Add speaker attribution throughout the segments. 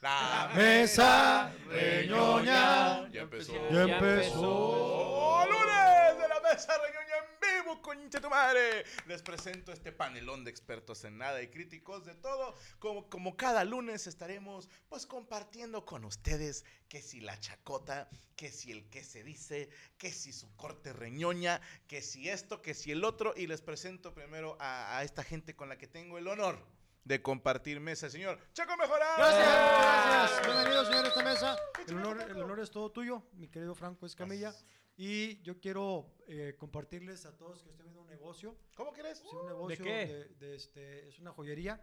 Speaker 1: La mesa reñoña ya empezó.
Speaker 2: Ya empezó.
Speaker 1: ¡Oh, lunes de la mesa reñoña en vivo, concha tu madre. Les presento este panelón de expertos en nada y críticos de todo. Como, como cada lunes estaremos pues compartiendo con ustedes que si la chacota, que si el que se dice, que si su corte reñoña, que si esto, que si el otro. Y les presento primero a, a esta gente con la que tengo el honor de compartir mesa, señor. Chaco Mejorado.
Speaker 2: Gracias, gracias. Bienvenidos, señores, a esta mesa. El honor, el honor es todo tuyo, mi querido Franco Escamilla. Y yo quiero eh, compartirles a todos que estoy viendo un negocio.
Speaker 1: ¿Cómo quieres?
Speaker 2: Es un negocio
Speaker 3: qué?
Speaker 2: de, de este, es una joyería.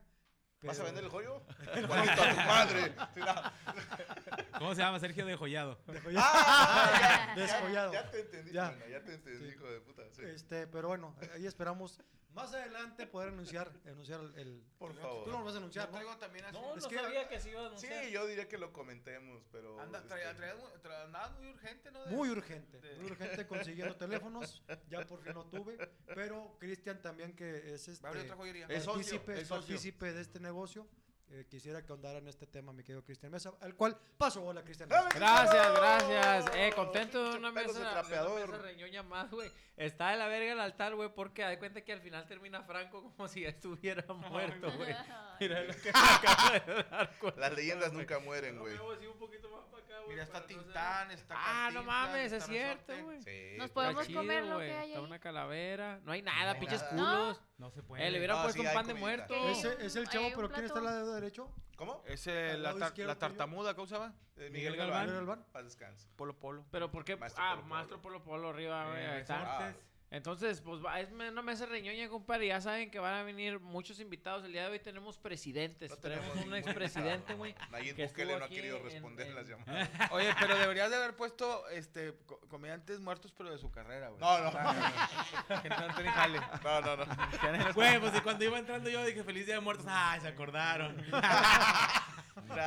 Speaker 1: ¿Vas a
Speaker 2: pero-
Speaker 1: vender el joyo? Igualito a tu madre. Sí, no.
Speaker 3: ¿Cómo se llama? Sergio de Joyado.
Speaker 2: de joyería.
Speaker 1: Ah, ya,
Speaker 2: Descollado.
Speaker 1: Ya te entendí,
Speaker 2: Ya.
Speaker 1: Nina, ya te entendí,
Speaker 2: Sí.
Speaker 1: hijo de puta. sí.
Speaker 2: Este, pero bueno, ahí esperamos más adelante poder anunciar, anunciar el, el-
Speaker 1: Por
Speaker 2: el-
Speaker 1: favor.
Speaker 2: Tú no lo vas a anunciar, ¿no?
Speaker 4: también
Speaker 3: No,
Speaker 2: Es
Speaker 3: no
Speaker 2: que-
Speaker 3: sabía que se iba a
Speaker 1: Sí,
Speaker 3: anunciar.
Speaker 1: yo diría que lo comentemos, pero.
Speaker 4: Anda,
Speaker 1: este,
Speaker 4: traía- traías mu- tra- andabas muy urgente, ¿no? De-
Speaker 2: Muy urgente,
Speaker 4: de-
Speaker 2: muy urgente consiguiendo teléfonos, ya por fin lo tuve, pero Cristian también que es este
Speaker 4: Va a abrir otra joyería.
Speaker 1: Es socio,
Speaker 2: partícipe,
Speaker 1: es socio.
Speaker 2: partícipe de este negocio, eh, quisiera que ahondara en este tema, mi querido Cristian Mesa, al cual paso hola Cristian.
Speaker 1: ¡Dale,
Speaker 2: Mesa.
Speaker 3: Gracias,
Speaker 1: Cristiano!
Speaker 3: gracias. Eh, contento de una
Speaker 1: Pelos
Speaker 3: mesa,
Speaker 1: de
Speaker 3: de
Speaker 1: trapeador.
Speaker 3: una mesa reñoña más, güey. Está de la verga el altar, güey, porque da cuenta que al final termina Franco como si ya estuviera muerto, güey. Mira lo que me acabo de dar cuenta,
Speaker 1: Las leyendas
Speaker 3: güey.
Speaker 1: nunca mueren,
Speaker 3: No,
Speaker 1: güey.
Speaker 3: me voy así un poquito más para acá, güey,
Speaker 4: Mira, está
Speaker 3: para no ser-
Speaker 4: Tintán, está
Speaker 3: Ah, no
Speaker 4: Cantinflas,
Speaker 3: mames, es
Speaker 4: está
Speaker 3: cierto,
Speaker 4: Resorte.
Speaker 3: güey.
Speaker 1: Sí.
Speaker 5: Nos
Speaker 3: Está
Speaker 5: podemos
Speaker 3: chido,
Speaker 5: comer lo
Speaker 3: güey.
Speaker 5: que hay
Speaker 3: Está
Speaker 5: ahí.
Speaker 3: una calavera. No hay nada,
Speaker 1: hay
Speaker 3: pinches
Speaker 1: nada.
Speaker 3: culos.
Speaker 6: No se puede.
Speaker 3: Eh, le hubieran
Speaker 1: No,
Speaker 3: puesto
Speaker 1: sí
Speaker 3: un
Speaker 1: hay
Speaker 3: pan de
Speaker 1: comidita.
Speaker 3: muerto.
Speaker 5: ¿Qué?
Speaker 2: Ese es el chavo,
Speaker 5: Hay un
Speaker 2: pero ¿quién está al
Speaker 5: plato.
Speaker 2: lado derecho?
Speaker 1: ¿Cómo?
Speaker 4: Es eh,
Speaker 2: Al
Speaker 4: la,
Speaker 2: lado
Speaker 4: tar-
Speaker 2: izquierdo
Speaker 4: la
Speaker 2: tuyo.
Speaker 4: tartamuda, ¿cómo se llama?
Speaker 1: Eh, Miguel
Speaker 3: Miguel
Speaker 1: Galván.
Speaker 2: Miguel Galván.
Speaker 1: Paz descanse.
Speaker 4: Polo Polo.
Speaker 3: Pero ¿por qué?
Speaker 1: Maestro
Speaker 3: Ah,
Speaker 1: Polo Polo.
Speaker 3: maestro Polo Polo arriba, güey. ahí
Speaker 6: Eh,
Speaker 3: está.
Speaker 1: Ah,
Speaker 6: resortes.
Speaker 3: Entonces, pues va- es me- una mesa reñoña, compadre. Ya saben que van a venir muchos invitados. El día de hoy tenemos presidentes.
Speaker 1: No
Speaker 3: tenemos,
Speaker 1: tenemos
Speaker 3: un
Speaker 1: ningún Ah,
Speaker 3: expresidente, güey.
Speaker 1: Nayib
Speaker 3: que
Speaker 1: Bukele
Speaker 3: estuvo
Speaker 1: no ha
Speaker 3: aquí
Speaker 1: querido
Speaker 3: en-
Speaker 1: responder
Speaker 3: en-
Speaker 1: las llamadas.
Speaker 4: Oye, pero deberías de haber puesto este, co- comediantes muertos, pero de su carrera, güey.
Speaker 1: No, no.
Speaker 4: O sea, que no tiene jale.
Speaker 1: No, no, no.
Speaker 4: Que no-
Speaker 6: Güey, pues y cuando iba entrando yo dije feliz día de muertos. Ay, se acordaron.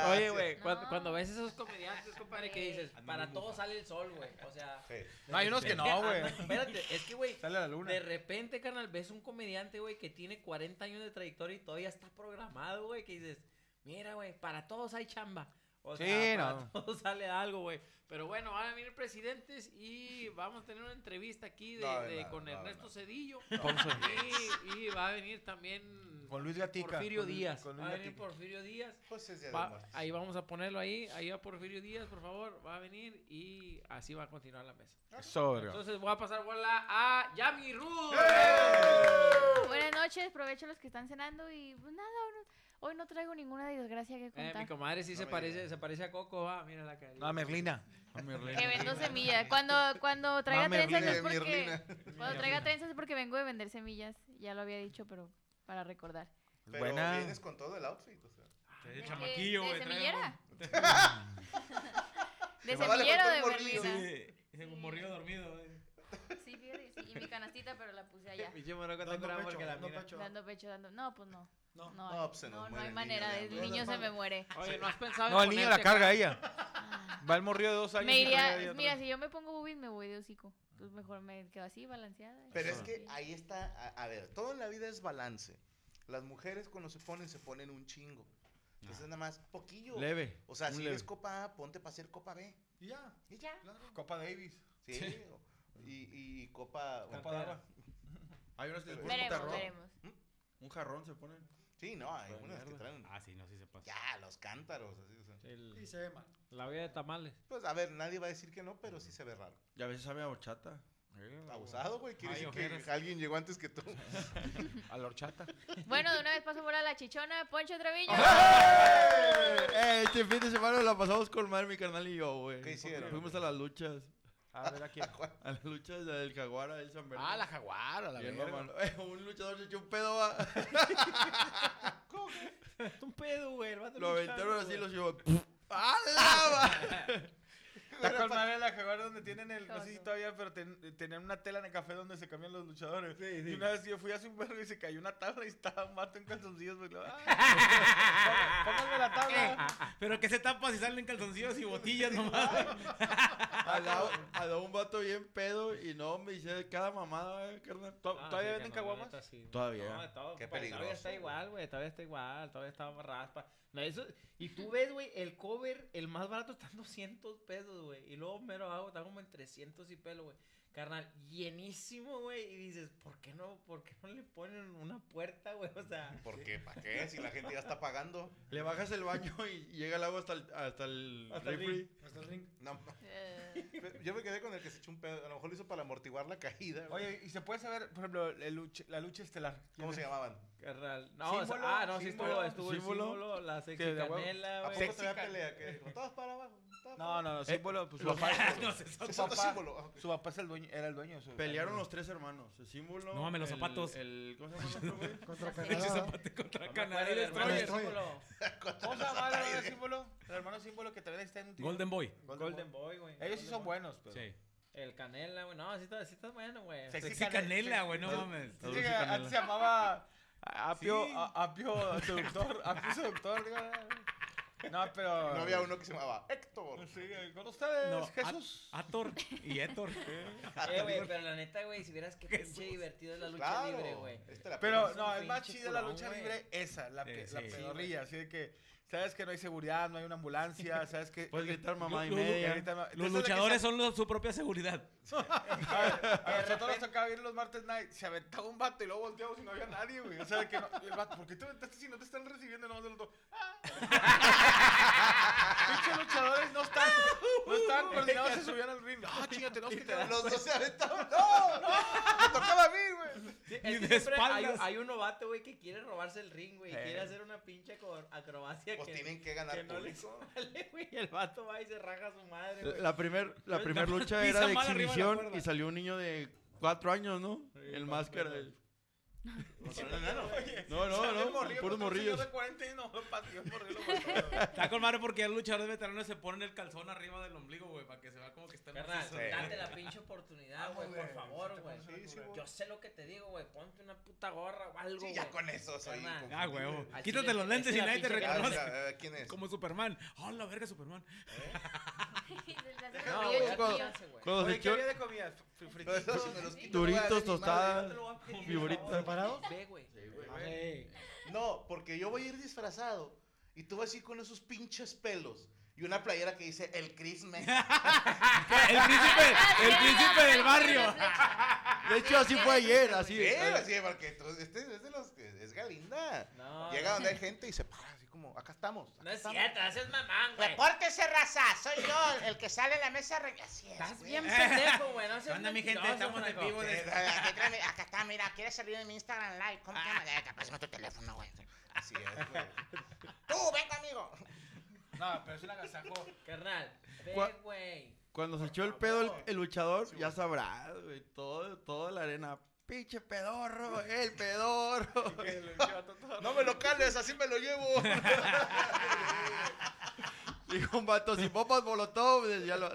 Speaker 3: Oye, güey, cuan- cuando,
Speaker 5: No.
Speaker 3: ves esos comediantes, compadre, que dices,
Speaker 6: Andan
Speaker 3: para
Speaker 6: muy
Speaker 3: todos sale el sol, güey. O sea,
Speaker 1: Sí.
Speaker 4: No, hay unos que
Speaker 3: que
Speaker 4: no, güey.
Speaker 3: andan- Espérate, es que, güey,
Speaker 4: Sale a la luna.
Speaker 3: de repente, carnal, ves un comediante, güey, que tiene 40 años de trayectoria y todavía está programado, güey, que dices, mira, güey, para todos hay chamba. O
Speaker 4: Sí,
Speaker 3: sea,
Speaker 4: no.
Speaker 3: para todos sale algo, güey. Pero bueno, van a venir presidentes y vamos a tener una entrevista aquí de,
Speaker 1: No,
Speaker 3: de-
Speaker 1: no, no,
Speaker 3: con
Speaker 1: no,
Speaker 3: Ernesto
Speaker 1: no.
Speaker 3: Cedillo.
Speaker 4: Ponce.
Speaker 3: Y, y va a venir también
Speaker 4: Con Luis Gatica.
Speaker 3: Porfirio
Speaker 4: con Luis-
Speaker 3: Díaz.
Speaker 4: con
Speaker 3: Va
Speaker 4: Luis
Speaker 3: a venir
Speaker 4: Gatica.
Speaker 3: Porfirio Díaz.
Speaker 1: Pues es día de
Speaker 3: Va-
Speaker 1: muertos.
Speaker 3: ahí vamos a ponerlo ahí, ahí va Porfirio Díaz, por favor, va a venir y así va a continuar la mesa.
Speaker 4: Eso, verga.
Speaker 3: Entonces voy a pasar bola a Yami Ruth.
Speaker 6: ¡Eh!
Speaker 3: Eh,
Speaker 5: Buenas noches, aprovecho los que están cenando y pues nada, hoy no, hoy no traigo ninguna desgracia que
Speaker 3: Eh, mi
Speaker 5: contar.
Speaker 3: comadre sí
Speaker 1: No
Speaker 3: se
Speaker 1: me
Speaker 3: parece,
Speaker 1: digas.
Speaker 3: se parece a Coco, va, mira la cara.
Speaker 4: No, a Merlina.
Speaker 5: que vendo semillas. Cuando, cuando traiga
Speaker 4: Mame,
Speaker 5: trenzas
Speaker 1: Mire,
Speaker 5: es porque...
Speaker 1: Mirlina.
Speaker 5: Cuando traiga trenzas es porque vengo de vender semillas. Ya lo había dicho, pero para recordar.
Speaker 1: Pero
Speaker 4: Buena.
Speaker 1: vienes con todo el outfit, o sea.
Speaker 6: El
Speaker 5: ¿De
Speaker 6: chamaquillo,
Speaker 5: qué?
Speaker 6: güey.
Speaker 5: ¿De
Speaker 6: trae
Speaker 5: semillera? ¿De
Speaker 1: Nomás le
Speaker 5: semillero
Speaker 1: faltó
Speaker 5: de
Speaker 1: un morrillo.
Speaker 6: un-
Speaker 5: Berlina?
Speaker 6: Sí, ese morrillo dormido. güey.
Speaker 5: Sí, fíjate, sí. Y mi canastita, pero la puse allá.
Speaker 3: Pinche moroco tan
Speaker 2: Dando
Speaker 3: bravo
Speaker 2: pecho,
Speaker 3: porque la
Speaker 2: dando
Speaker 3: mira.
Speaker 2: pecho.
Speaker 5: Dando pecho, dando. No, pues no.
Speaker 2: No.
Speaker 5: no,
Speaker 1: No,
Speaker 5: hay-
Speaker 1: pues se nos
Speaker 5: no, no
Speaker 1: muere
Speaker 5: hay
Speaker 1: el
Speaker 5: manera.
Speaker 1: niño de
Speaker 5: de- El
Speaker 1: hambre.
Speaker 5: niño se me muere.
Speaker 3: Oye, ¿no has pensado en
Speaker 4: No, el niño la
Speaker 3: ponerte
Speaker 4: carga ella. Va el morrillo de dos años.
Speaker 5: Ah. Me
Speaker 4: y carga
Speaker 5: iría.
Speaker 4: ella
Speaker 5: Mira,
Speaker 4: atrás.
Speaker 5: si yo me pongo boobies, me voy de hocico. Entonces mejor me quedo así, balanceada.
Speaker 1: Pero es que ahí está, a, a ver, todo en la vida es balance. Las mujeres cuando se ponen, se ponen un chingo. Entonces nada más, poquillo.
Speaker 4: Leve.
Speaker 1: O sea,
Speaker 4: muy
Speaker 1: si
Speaker 4: leve.
Speaker 1: eres copa A, ponte para ser copa B.
Speaker 2: Y ya,
Speaker 1: Y ya.
Speaker 2: claro.
Speaker 4: Copa Davis.
Speaker 1: Sí. Y, y copa...
Speaker 4: Copa Dava.
Speaker 6: Hay unos que se ponen un
Speaker 5: Veremos,
Speaker 6: jarrón.
Speaker 5: veremos.
Speaker 6: Un jarrón se ponen.
Speaker 1: Sí, no, hay
Speaker 6: Vale,
Speaker 1: unas que
Speaker 6: mierda.
Speaker 1: traen...
Speaker 6: Ah, sí, no, sí se pasa.
Speaker 1: Ya, los cántaros. Así, o sea.
Speaker 2: Y
Speaker 3: El-
Speaker 2: se ve mal.
Speaker 3: la vida de tamales.
Speaker 1: Pues a ver, nadie va a decir que no, pero sí se ve raro.
Speaker 6: Y a veces sabe a horchata. Ah,
Speaker 1: Abusado, güey. Quiere
Speaker 3: Ay,
Speaker 1: decir que
Speaker 3: ojeras.
Speaker 1: alguien llegó antes que tú.
Speaker 4: A la horchata.
Speaker 5: Bueno, de una vez paso por a la chichona, Poncho Treviño.
Speaker 6: Eh, este fin de semana la pasamos con madre, mi carnal y yo, güey.
Speaker 1: ¿Qué hicieron?
Speaker 6: Fuimos a las luchas.
Speaker 4: A ver aquí.
Speaker 6: A las luchas del Jaguara del San Bernardo.
Speaker 4: Ah, la jaguara, la
Speaker 6: Bien
Speaker 4: verga.
Speaker 6: mamón. Eh, un luchador se echó un pedo, va.
Speaker 3: Un pedo, güey.
Speaker 6: Lo aventaron así, los llevó. ¡Ah, la va!
Speaker 4: Está con madre la jaguara donde tienen el. No
Speaker 5: Todo.
Speaker 4: sé si todavía, pero ten- tenían una tela en el café donde se cambian los luchadores.
Speaker 6: Sí, sí.
Speaker 4: Y una vez yo fui a su barrio y se cayó una tabla y estaba un vato en calzoncillos, pues, güey. Lo- ¡Ah! Pónganme la tabla.
Speaker 6: Pero que se tapa si salen calzoncillos y botillas nomás. al, lado, al lado un vato bien pedo y no me dice cada mamada, eh, carnal. To-
Speaker 3: Ah,
Speaker 4: Ah,
Speaker 6: ¿Todavía venden caguamas? Todavía.
Speaker 3: No, todo,
Speaker 1: Qué
Speaker 3: compadre,
Speaker 1: peligroso,
Speaker 3: Todavía está
Speaker 1: güey.
Speaker 3: igual, güey. Todavía está igual. Todavía está más raspa. No, eso- y tú ves, güey, el cover, el más barato está en 200 pesos, güey. Y luego mero hago, está como en 300 y pelo, güey. Carnal, llenísimo, güey. Y dices, ¿por qué no, por qué no le ponen una puerta, güey? O sea,
Speaker 1: ¿Por qué? ¿Para qué? Si la gente ya está pagando.
Speaker 6: Le bajas el baño y llega el agua hasta el, hasta el
Speaker 3: Hasta el
Speaker 6: refri.
Speaker 3: ring.
Speaker 2: Hasta el ring.
Speaker 1: No,
Speaker 5: Eh,
Speaker 1: yo me quedé con el que se echó un pedo. A lo mejor lo hizo para amortiguar la caída. güey.
Speaker 4: Oye, y se puede saber, por ejemplo, el lucha- la lucha estelar.
Speaker 1: ¿Cómo se llamaban?
Speaker 3: carnal. No, o sea,
Speaker 4: Símbolo,
Speaker 3: ah, no, sí estuvo,
Speaker 4: símbolo,
Speaker 3: estuvo
Speaker 6: símbolo.
Speaker 3: el símbolo, la sexy
Speaker 4: de huevo.
Speaker 3: canela,
Speaker 1: ¿A
Speaker 3: güey.
Speaker 1: poco todavía pelea? Que dijo, todas para abajo. todas para
Speaker 4: Ah, No, no,
Speaker 6: Eh,
Speaker 4: no, símbolo, pues su
Speaker 6: los-
Speaker 4: papá,
Speaker 3: No sé, son-
Speaker 1: Es otro
Speaker 4: papá.
Speaker 1: símbolo. Ah, ok.
Speaker 4: su papá es el dueño, era el dueño. de su-
Speaker 6: Pelearon los tres hermanos. El símbolo.
Speaker 3: No mames, los
Speaker 6: el-
Speaker 3: zapatos.
Speaker 6: El, ¿Cómo se llama el otro, güey?
Speaker 2: Contra
Speaker 5: Pinches
Speaker 2: Canadá.
Speaker 3: contra
Speaker 4: Canadá
Speaker 3: Canadá y
Speaker 4: y
Speaker 3: Destroyer.
Speaker 2: Destroyer.
Speaker 3: símbolo.
Speaker 4: ¿Cómo se llama el hermano símbolo? El hermano símbolo que también está en.
Speaker 7: Golden Boy.
Speaker 4: Golden
Speaker 3: Golden Boy, güey.
Speaker 4: Ellos sí
Speaker 3: Golden
Speaker 4: son
Speaker 3: Boy.
Speaker 4: buenos, pero.
Speaker 7: Sí.
Speaker 3: El Canela, güey. No, sí está, sí está bueno, güey.
Speaker 4: Sexy
Speaker 7: Sexy canela, güey, no
Speaker 4: Sí,
Speaker 7: mames.
Speaker 4: sí, que antes se llamaba Apio,
Speaker 1: Sí.
Speaker 4: a- Apio seductor, Apio seductor, digo, eh. No, pero. Pues
Speaker 1: No había uno que se llamaba Héctor.
Speaker 4: Sí, eh, con ustedes,
Speaker 7: No,
Speaker 4: Jesús.
Speaker 7: At- Ator y Héctor.
Speaker 3: Eh, güey, pero la neta, güey, si vieras qué pinche divertido es la lucha
Speaker 1: Claro.
Speaker 3: libre, güey.
Speaker 1: Esta la
Speaker 4: Pero
Speaker 1: pelas.
Speaker 4: no, es
Speaker 3: pinche
Speaker 4: más chida la
Speaker 3: culón,
Speaker 4: lucha
Speaker 3: güey.
Speaker 4: libre esa, la,
Speaker 7: Sí,
Speaker 4: pe-
Speaker 7: sí.
Speaker 4: la
Speaker 7: Sí,
Speaker 4: pedorrilla, así de que sabes que no hay seguridad, no hay una ambulancia, sabes que
Speaker 6: Puedes gritar mamá y
Speaker 7: Los- los-
Speaker 6: media.
Speaker 4: ahorita no- Entonces, de
Speaker 7: Los
Speaker 4: que
Speaker 7: luchadores son los- su propia seguridad.
Speaker 4: A nosotros nos tocaba ir los martes night, se aventaba un vato y luego volteamos y no había nadie, güey. O sea, de que no, y el vato, ¿por qué te aventaste si no te están recibiendo nomás de los dos? ¡Ah! Pinches luchadores no están, no estaban coordinados, se subían al ring. Ah, chinga, tenemos que quedar
Speaker 1: Los dos se aventaron. ¡No! ¡No! ¡Me tocaba a mí, güey!
Speaker 3: Sí, es
Speaker 7: Y
Speaker 3: que
Speaker 7: de
Speaker 3: siempre hay,
Speaker 7: espaldas.
Speaker 3: hay un novato, güey, que quiere robarse el ring, güey. y Quiere hacer una pinche acro- acrobacia
Speaker 1: Eh. Pues
Speaker 3: que,
Speaker 1: tienen que ganar
Speaker 3: que no le
Speaker 1: público.
Speaker 3: sale, güey. y El vato va y se raja a su madre, güey.
Speaker 6: La primer, la
Speaker 3: Pero
Speaker 6: primer
Speaker 3: nada más
Speaker 6: lucha
Speaker 7: pisa
Speaker 6: era de
Speaker 7: mal arriba de la
Speaker 6: exhibición
Speaker 7: cuerda.
Speaker 6: y salió un niño de cuatro años, ¿no? el máscara. el-
Speaker 1: No, no, no, no.
Speaker 6: No, no,
Speaker 4: Salió
Speaker 6: no.
Speaker 4: un morrillo,
Speaker 6: puros
Speaker 4: porque un señor
Speaker 6: morrillos.
Speaker 4: de 40 y no, papi, un morrillo lo mató, güey.
Speaker 7: Está con madre porque los luchadores veteranos se ponen el calzón arriba del ombligo, güey, para que se vea como que
Speaker 1: Pues,
Speaker 7: están
Speaker 3: Carnal,
Speaker 7: macizos.
Speaker 3: date la pinche oportunidad, güey, por favor, güey.
Speaker 1: Sí, sí, güey.
Speaker 3: Yo sé lo que te digo, güey. Ponte una puta gorra o algo,
Speaker 1: Sí,
Speaker 3: güey.
Speaker 1: ya con eso soy.
Speaker 3: Carnal.
Speaker 7: Ah,
Speaker 1: inconfundible.
Speaker 7: huevo.
Speaker 3: Al
Speaker 7: Quítate
Speaker 3: chile,
Speaker 7: los
Speaker 3: es
Speaker 7: lentes y
Speaker 3: una
Speaker 7: nadie te
Speaker 3: pinche
Speaker 1: Ah, o
Speaker 7: reconoce.
Speaker 1: sea, eh, ¿Quién es?
Speaker 7: Como Superman. ¡Oh, la verga, Superman!
Speaker 5: le hace
Speaker 4: No,
Speaker 5: ruido,
Speaker 4: güey,
Speaker 5: ya
Speaker 4: cuando-
Speaker 5: chillarse, güey.
Speaker 6: Cuando se
Speaker 4: Oye, ¿qué
Speaker 6: echó
Speaker 4: había de comida? Fri-
Speaker 1: Pero
Speaker 4: frititos.
Speaker 1: eso, si me los quito, no voy a ver
Speaker 6: duritos,
Speaker 1: ni madre.
Speaker 6: tostadas.
Speaker 3: Figurita.
Speaker 2: ¿Preparados?
Speaker 3: Ve, güey.
Speaker 1: No, porque yo voy a ir disfrazado y tú vas a ir con esos pinches pelos y una playera que dice el Christmas.
Speaker 7: El príncipe, el príncipe del barrio.
Speaker 6: De hecho, así fue ayer, así.
Speaker 1: Sí,
Speaker 6: eh,
Speaker 1: así, porque entonces, este es de los que es Galinda.
Speaker 3: No,
Speaker 1: Llega
Speaker 3: no.
Speaker 1: donde hay gente y se para, así como, acá estamos.
Speaker 3: No es cierto, haces mamán, güey.
Speaker 1: Repórtese, raza, soy yo, el que sale a la mesa. re- Así es.
Speaker 3: Estás bien pendejo, güey. No seas
Speaker 7: Anda, mi gente,
Speaker 3: mentiroso,
Speaker 7: estamos en
Speaker 3: Franco.
Speaker 7: vivo.
Speaker 1: Eh,
Speaker 4: este-
Speaker 7: De...
Speaker 1: Acá tráeme- acá está, mira, ¿quieres salir en mi Instagram Live? ¿Cómo te
Speaker 4: Ah.
Speaker 1: llamas? Eh, Te presumo tu teléfono, güey. Así es, güey. Tú, ven conmigo.
Speaker 4: No, pero es un agasajo.
Speaker 3: Carnal, ve,
Speaker 6: Cua-
Speaker 3: güey.
Speaker 6: Cuando se echó el pedo el, el luchador, ya sabrás, güey. Todo, toda la arena. Pinche pedorro, el pedorro.
Speaker 1: No me lo cales, así me lo llevo.
Speaker 6: Dijo un vato, sin popas molotov, decía lo-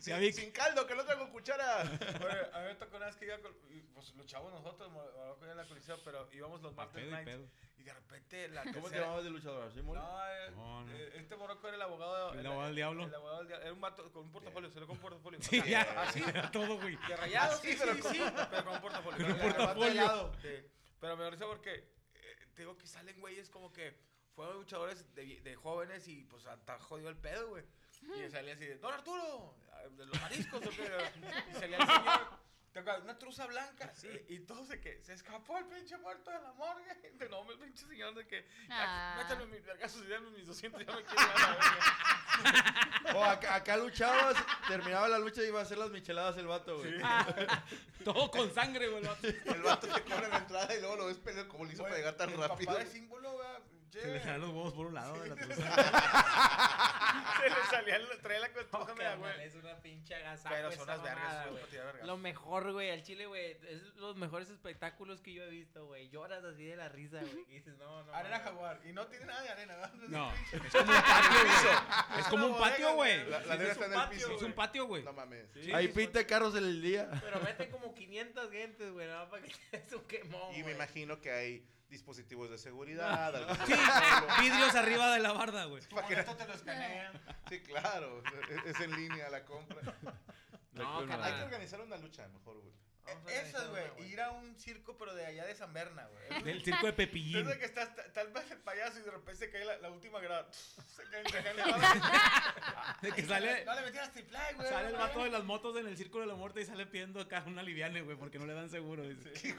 Speaker 1: Sin, sin caldo, que no traigo cuchara.
Speaker 4: Oye, a mí me tocó una vez que iba con. y, Pues luchamos nosotros, mo- ahora con la coliseo, pero íbamos los martes
Speaker 6: pedo y
Speaker 4: nights.
Speaker 6: pedo.
Speaker 4: Y de repente la
Speaker 6: ¿Cómo te
Speaker 4: tercera-
Speaker 6: llamabas de luchador? ¿Así, mole?
Speaker 4: No, eh,
Speaker 7: No, no.
Speaker 4: eh, este Morocco era el abogado.
Speaker 7: ¿El abogado del diablo?
Speaker 4: El abogado del diablo. Era un vato con un portafolio, solo con un portafolio. O
Speaker 7: Sí,
Speaker 4: sea,
Speaker 7: ya.
Speaker 4: Así,
Speaker 7: Todo, güey.
Speaker 4: de rayado,
Speaker 1: Así,
Speaker 4: sí,
Speaker 1: pero
Speaker 4: pero sí,
Speaker 1: con-
Speaker 4: sí, pero con un portafolio.
Speaker 7: Con un
Speaker 4: Pero-
Speaker 7: portafolio.
Speaker 4: de lado, sí. Pero me parece porque eh, te digo que salen güeyes como que fueron luchadores de, vie- de jóvenes y pues está jodido el pedo, güey. Y salía así de, Don Arturo, ah, de los mariscos, o qué?" Y salía el señor. ¿te acuerdas? Una truza blanca. Y, y todo se que se escapó el pinche muerto de la morgue. De no, el pinche señor de que.
Speaker 5: Ah.
Speaker 4: "Ah, Métame mis vergazos y dame mis 200, ya me quiero ir a la verga".
Speaker 6: O acá, acá luchabas, terminaba la lucha y iba a hacer las micheladas el vato, güey. Ah.
Speaker 7: Todo con sangre, güey. el vato.
Speaker 1: El vato te cobra la entrada y luego lo ves pelear como le hizo para llegar tan
Speaker 4: El
Speaker 1: rápido.
Speaker 4: Papá de símbolo, ¿verdad? Che.
Speaker 7: Se le jalan los huevos por un lado de la truza.
Speaker 4: Se le salía, el- traía la
Speaker 3: No,
Speaker 4: costoja,
Speaker 3: carnal,
Speaker 4: güey.
Speaker 3: es una pinche agasajo
Speaker 4: Pero
Speaker 3: esa
Speaker 4: son las
Speaker 3: mamada,
Speaker 4: vergas,
Speaker 3: güey.
Speaker 4: güey. para tirar vergas.
Speaker 3: Lo mejor, güey, al chile, güey. Es los mejores espectáculos que yo he visto, güey. Lloras así de la risa, güey. Y dices, no, no.
Speaker 4: Arena
Speaker 3: mames.
Speaker 4: jaguar. Y no tiene nada de arena, ¿verdad?
Speaker 7: No, es como un patio, güey. Es
Speaker 4: Una bodega,
Speaker 7: como un patio, güey.
Speaker 1: Ah, La, la
Speaker 7: Sí,
Speaker 1: nena
Speaker 7: es
Speaker 1: está
Speaker 7: un
Speaker 1: en el
Speaker 7: patio,
Speaker 1: piso.
Speaker 7: Es un
Speaker 1: güey.
Speaker 7: patio, güey.
Speaker 1: No mames.
Speaker 3: Sí,
Speaker 6: Ahí
Speaker 3: sí,
Speaker 6: pinta carros en el día.
Speaker 3: Pero meten como 500 gentes, güey, nada más para que te des un quemón.
Speaker 1: Y me
Speaker 3: güey.
Speaker 1: imagino que hay dispositivos de seguridad. algún
Speaker 7: Sí,
Speaker 1: control.
Speaker 7: vidrios arriba de la barda, güey.
Speaker 4: Con esto te lo escanean.
Speaker 1: Sí, claro. Es- Es en línea la compra.
Speaker 3: No,
Speaker 1: Hay que
Speaker 3: carnal.
Speaker 1: organizar una lucha mejor, güey.
Speaker 3: Vamos a
Speaker 4: Esas,
Speaker 3: organizar una,
Speaker 4: güey. Ir a un circo, pero de allá de San Berna, güey.
Speaker 7: Del circo de Pepillín.
Speaker 4: Entonces que estás ta- tal vez el payaso y de repente se cae la, la última grada. Se cae, se cae la
Speaker 7: De que sale,
Speaker 4: No le metieras triple, güey.
Speaker 7: sale el vato de las motos en el circo de la muerte y sale pidiendo acá una liviane, güey, porque no le dan seguro. dice.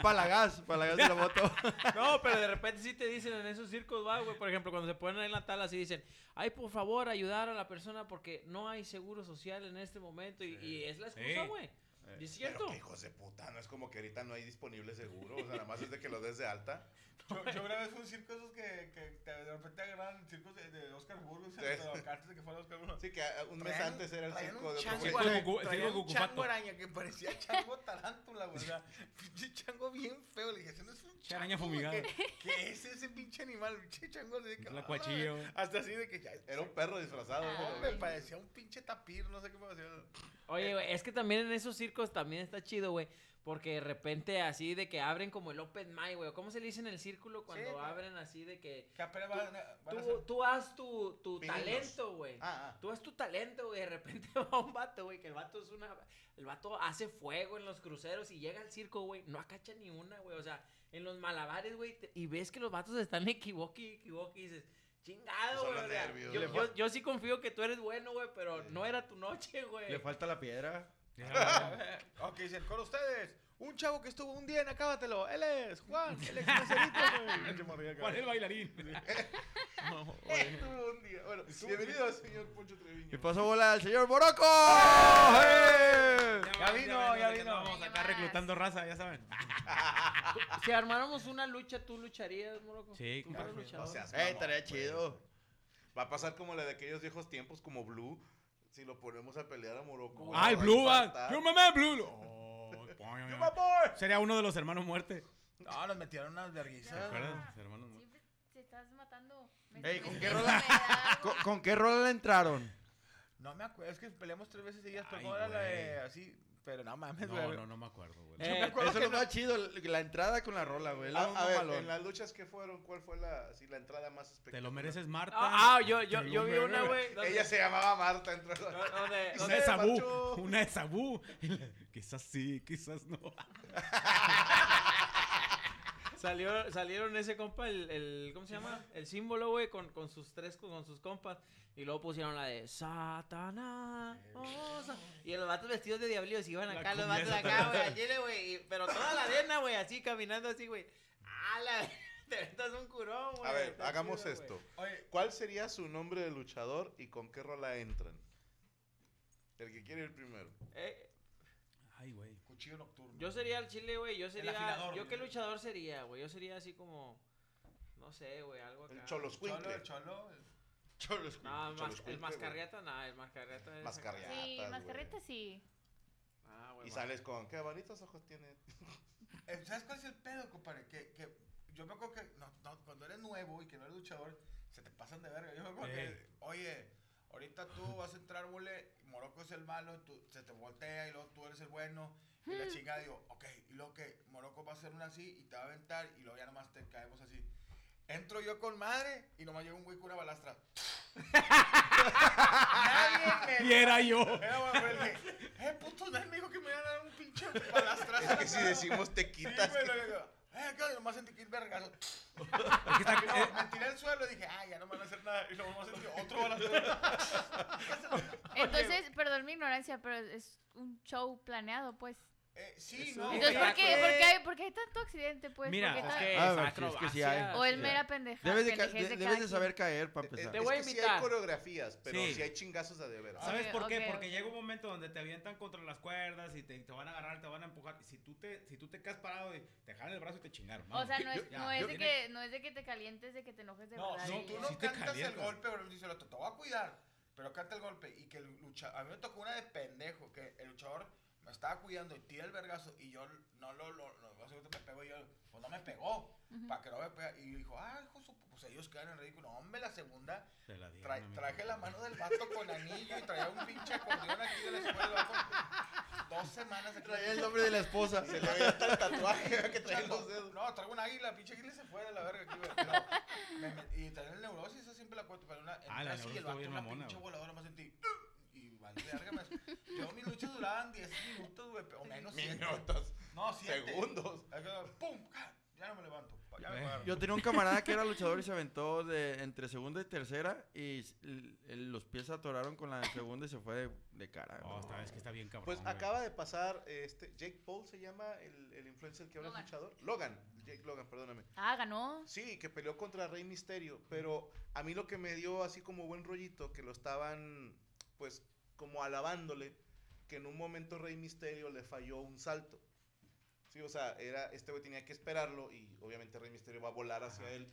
Speaker 6: Palagas, palagas de la moto.
Speaker 3: No, pero de repente sí te dicen en esos circos, va, güey. Por ejemplo, cuando se ponen ahí en la tala, sí dicen, ay, por favor, ayudar a la persona porque no hay seguro social en este momento. Y, y es la excusa,
Speaker 7: Sí.
Speaker 3: güey. Y es
Speaker 1: Eh, Pero
Speaker 3: cierto.
Speaker 1: qué hijos de puta, no es como que ahorita no hay disponible seguro. O sea, nada más es de que lo des de alta.
Speaker 4: Yo, yo una vez fui a un circo esos que, que te- de repente agarraban circos de, de Oscar Burgos. y se- pero Antes de que fuera Oscar Burgos.
Speaker 1: Sí, que ah, un mes
Speaker 4: Traían-
Speaker 1: antes era el
Speaker 4: traían
Speaker 1: circo
Speaker 4: un
Speaker 1: de otro
Speaker 4: chango
Speaker 1: güey.
Speaker 7: güey.
Speaker 4: araña,
Speaker 7: Cucu- el
Speaker 4: traían
Speaker 7: circo
Speaker 4: un
Speaker 7: cucufato.
Speaker 4: chango araña que parecía chango tarántula, güey. O sea, pinche chango bien feo. Le dije, ese no es un chango.
Speaker 7: araña
Speaker 4: güey,
Speaker 7: fumigada.
Speaker 4: ¿Qué, qué es ese pinche animal? Pinche chango así de que.
Speaker 7: La
Speaker 4: "Ah,
Speaker 7: cuachillo.
Speaker 4: Hasta así de que ya.
Speaker 1: Era un perro disfrazado.
Speaker 5: Ah,
Speaker 1: güey.
Speaker 4: Me parecía un pinche tapir, no sé qué me parecía.
Speaker 3: Oye, güey, es que también en esos circos también está chido, güey. Porque de repente así de que abren como el open mic, güey. ¿Cómo se le dice en el círculo cuando
Speaker 4: güey.
Speaker 3: abren así de que...
Speaker 4: Que apenas van a- van a
Speaker 3: Tú,
Speaker 4: hacer-
Speaker 3: tú haz tu, tu
Speaker 1: Meninos.
Speaker 3: talento, güey.
Speaker 1: Ah, ah.
Speaker 3: Tú haz tu talento, güey. De repente va un vato, güey. Que el vato es una. El vato hace fuego en los cruceros y llega al circo, güey. No acacha ni una, güey. O sea, en los malabares, güey. te- Y ves que los vatos están equivoqui, equivoqui. Y dices, chingado,
Speaker 1: Son
Speaker 3: güey.
Speaker 1: los
Speaker 3: o sea,
Speaker 1: nervios,
Speaker 3: yo,
Speaker 1: güey.
Speaker 3: yo- yo sí confío que tú eres bueno, güey. Pero
Speaker 1: Sí.
Speaker 3: no era tu noche, güey.
Speaker 6: Le falta la piedra.
Speaker 1: ah.
Speaker 4: Ok, dicen, con ustedes. Un chavo que estuvo un día en Acábatelo. Él es Juan, el ex meserito, güey. Pinche morrilla,
Speaker 7: ¿Cuál es el
Speaker 4: cabrón.
Speaker 7: bailarín?
Speaker 1: Estuvo un día. Bueno, bienvenido, señor Poncho Treviño.
Speaker 6: Y pasó bola al señor Boroco. ¡Eh!
Speaker 7: Ya
Speaker 4: vino,
Speaker 7: ven,
Speaker 4: ya
Speaker 7: que
Speaker 4: vino.
Speaker 7: Vamos acá reclutando raza, ya saben.
Speaker 3: Si armáramos una lucha, ¿tú lucharías, Moroco?
Speaker 7: Sí,
Speaker 3: Tú fueras
Speaker 7: claro.
Speaker 3: luchador.
Speaker 1: No seas
Speaker 6: Eh,
Speaker 1: mamón,
Speaker 6: estaría
Speaker 1: güey.
Speaker 6: chido.
Speaker 1: Va a pasar como la de aquellos viejos tiempos, como Blue. Si lo ponemos a pelear a Morocco. güey,
Speaker 7: Ah, el
Speaker 1: va a
Speaker 7: Blue, va.
Speaker 1: infartar.
Speaker 7: Yo mamá, Blue. Oh, coño, ya.
Speaker 1: Yo, my boy.
Speaker 7: Sería uno de los hermanos muerte.
Speaker 4: No, nos metieron unas
Speaker 7: ¿Te
Speaker 4: verguizas.
Speaker 7: acuerdas? Los hermanos muerte.
Speaker 5: Siempre te estás matando. Me-
Speaker 6: Ey,
Speaker 5: me
Speaker 6: ¿con qué
Speaker 5: siento
Speaker 6: rola?
Speaker 5: pedada,
Speaker 6: ¿Con,
Speaker 5: güey.
Speaker 6: con qué rol le entraron?
Speaker 4: No me acuerdo, es que peleamos tres veces seguidas, pero
Speaker 7: Ay,
Speaker 4: no era la de
Speaker 7: güey.
Speaker 4: así. Pero no mames, güey.
Speaker 7: No, no, no me acuerdo, güey.
Speaker 3: Eh,
Speaker 6: Eso es lo más chido, la entrada con la rola, güey.
Speaker 1: Ah,
Speaker 6: Lo
Speaker 1: a
Speaker 6: más
Speaker 1: ver,
Speaker 6: malón.
Speaker 1: en las luchas que fueron, ¿cuál fue la, así, la entrada más
Speaker 7: Te
Speaker 1: espectacular?
Speaker 7: lo mereces, Marta.
Speaker 3: Ah, ah, yo, yo,
Speaker 7: Te lo
Speaker 3: yo vi una, güey. donde-
Speaker 1: Ella se llamaba Marta. Entró
Speaker 3: donde-
Speaker 1: Y
Speaker 7: Una
Speaker 1: se
Speaker 7: de
Speaker 1: marchó.
Speaker 7: Sabú. Una de Sabú. Quizás sí, quizás no.
Speaker 3: Salió, salieron ese compa, el, el- ¿cómo se llama? El símbolo, güey, con, con sus tres, con sus compas. Y luego pusieron la de Satanás. oh, sa- y los vatos vestidos de diablillos iban
Speaker 7: La
Speaker 3: acá, los
Speaker 7: cumbia
Speaker 3: vatos
Speaker 7: de
Speaker 3: acá,
Speaker 7: Satanás.
Speaker 3: güey, al chile, güey. y- Pero toda la arena, güey, así caminando así, güey. ¡Ah, la Te aventas un curón, güey.
Speaker 1: A ver,
Speaker 3: está
Speaker 1: hagamos
Speaker 3: chido,
Speaker 1: esto.
Speaker 3: güey.
Speaker 4: Oye,
Speaker 1: ¿Cuál sería su nombre de luchador y con qué rola entran? El que quiere ir primero.
Speaker 3: Eh,
Speaker 7: Ay, güey.
Speaker 4: cuchillo nocturno.
Speaker 3: yo sería el chile, güey. Yo sería.
Speaker 4: afilador,
Speaker 3: ¿Yo
Speaker 4: güey.
Speaker 3: qué luchador sería, güey? Yo sería así como. No sé, güey, algo acá.
Speaker 1: El Choloscuincle.
Speaker 4: Cholo, el cholo.
Speaker 1: Cholos.
Speaker 3: No, mas-
Speaker 1: Choloscuincle,
Speaker 3: el
Speaker 1: güey.
Speaker 3: mascarriata, nada, el mascarriata es.
Speaker 1: Mascarriata.
Speaker 5: Sí,
Speaker 1: güey.
Speaker 5: mascarreta sí.
Speaker 3: Ah, güey.
Speaker 1: Y
Speaker 3: va.
Speaker 1: sales con, qué bonitos ojos tiene.
Speaker 4: Eh, ¿Sabes cuál es el pedo, compadre? Que, que yo me acuerdo que no, no, cuando eres nuevo y que no eres luchador, se te pasan de verga. Yo me acuerdo
Speaker 7: Eh.
Speaker 4: que, oye,
Speaker 2: Ahorita tú vas a entrar, bole, Morocco es el malo, tú- se te voltea y luego tú eres el bueno. Y la chingada, digo, ok, y luego que Morocco va a hacer una así y te va a aventar y luego ya nomás te caemos así. Entro yo con madre y nomás llega un güey con una balastra.
Speaker 6: Ah,
Speaker 2: Nadie me-
Speaker 8: Y era yo.
Speaker 2: Era, güey, fue el que, eh, puto, ven, me dijo que me iba a dar un pinche balastra.
Speaker 1: Es que si decimos te
Speaker 2: Sí,
Speaker 1: quitas.
Speaker 2: güey, le digo, eh, ¿qué onda? Nomás sentí que ir vergazo. Y no, me tiré al suelo y dije, ah, ya no me van a hacer nada. Y luego nomás sentí otro balazo.
Speaker 5: Entonces, perdón mi ignorancia, pero es un show planeado, pues.
Speaker 2: Eh, sí,
Speaker 8: Eso
Speaker 2: no.
Speaker 5: Entonces, ¿por qué,
Speaker 8: Fíjate.
Speaker 5: por qué hay, por qué hay tanto accidente, pues?
Speaker 8: Mira,
Speaker 5: ¿Por qué
Speaker 8: es
Speaker 5: tan-
Speaker 8: que
Speaker 6: Ah,
Speaker 8: es
Speaker 6: bueno, sí, es que sí
Speaker 8: acrobacia.
Speaker 6: hay.
Speaker 5: O el
Speaker 6: sí.
Speaker 5: mera pendeja.
Speaker 6: Debes de, ca-
Speaker 5: pendejez
Speaker 6: de-
Speaker 5: de
Speaker 6: debes
Speaker 5: cada
Speaker 6: de saber
Speaker 5: quien.
Speaker 6: caer para
Speaker 1: Es
Speaker 6: empezar.
Speaker 1: que
Speaker 3: voy a
Speaker 1: sí hay
Speaker 3: invitar.
Speaker 1: coreografías, pero
Speaker 8: Sí.
Speaker 1: sí hay chingazos a de veras.
Speaker 8: ¿Sabes
Speaker 5: Ok,
Speaker 8: por qué?
Speaker 5: ok,
Speaker 8: Porque
Speaker 5: ok.
Speaker 8: llega un momento donde te avientan contra las cuerdas y te, te van a agarrar, te van a empujar. Y si tú te, si tú te quedas parado, y te jalan el brazo y te chingaron.
Speaker 5: O
Speaker 8: vamos.
Speaker 5: sea, no es,
Speaker 8: Ya,
Speaker 5: no, es
Speaker 8: yo-
Speaker 5: de
Speaker 8: tiene-
Speaker 5: que, no es de que te calientes, de que te enojes de
Speaker 2: No,
Speaker 5: verdad.
Speaker 2: si
Speaker 5: y-
Speaker 2: tú no
Speaker 8: sí te
Speaker 2: cantas el
Speaker 8: calientas.
Speaker 2: golpe, pero dice el otro, te voy a cuidar. Pero canta el golpe y que el luchador. A mí me tocó una de pendejo, que el luchador me estaba cuidando y tira el vergazo y yo no lo. lo, lo- lo- lo- me pegó y yo, pues no me pegó. Para que no me pegara. Y dijo, ah, hijo, de su- pues ellos quedan en ridículo. Hombre, la segunda.
Speaker 8: Te la dieron,
Speaker 2: tra-
Speaker 8: amigo.
Speaker 2: traje la mano del vato con anillo y traía un pinche acordeón aquí de la escuela. el vato, Dos semanas aquí.
Speaker 6: Traía el nombre de la esposa.
Speaker 1: Se le veía hasta el tatuaje que traía en los dedos.
Speaker 2: No, traigo una águila, pinche águila se fue de la verga aquí, güey. Pero me met- y también el neurosis, esa siempre la cuento, pero una.
Speaker 8: Ah, la
Speaker 2: entré así y
Speaker 8: neurosis
Speaker 2: el vato,
Speaker 8: está bien
Speaker 2: una
Speaker 8: mamona,
Speaker 2: pinche
Speaker 8: güey.
Speaker 2: voladora más sentí. Y vale, verga, más. Yo mis luchas duraban 10 minutos, güey, o menos 7.
Speaker 1: Minutos.
Speaker 2: No, 7.
Speaker 1: Segundos.
Speaker 2: Pum, ca, ya no me levanto. pa- Ya me pagaron.
Speaker 6: Yo tenía un camarada que era luchador y se aventó de entre segunda y tercera y s- l- el- los pies se atoraron con la segunda y se fue de, de cara.
Speaker 8: No, está- es que está bien cabrón.
Speaker 1: Pues
Speaker 8: güey.
Speaker 1: acaba de pasar este Jake Paul se llama el, el influencer que habla
Speaker 5: Logan.
Speaker 1: luchador. Logan, Jake Logan, perdóname.
Speaker 5: Ah, ganó.
Speaker 1: Sí, que peleó contra Rey Misterio, pero a mí lo que me dio así como buen rollito, que lo estaban pues como alabándole, que en un momento Rey Misterio le falló un salto. Sí, o sea, era, este güey tenía que esperarlo y obviamente Rey Misterio va a volar hacia él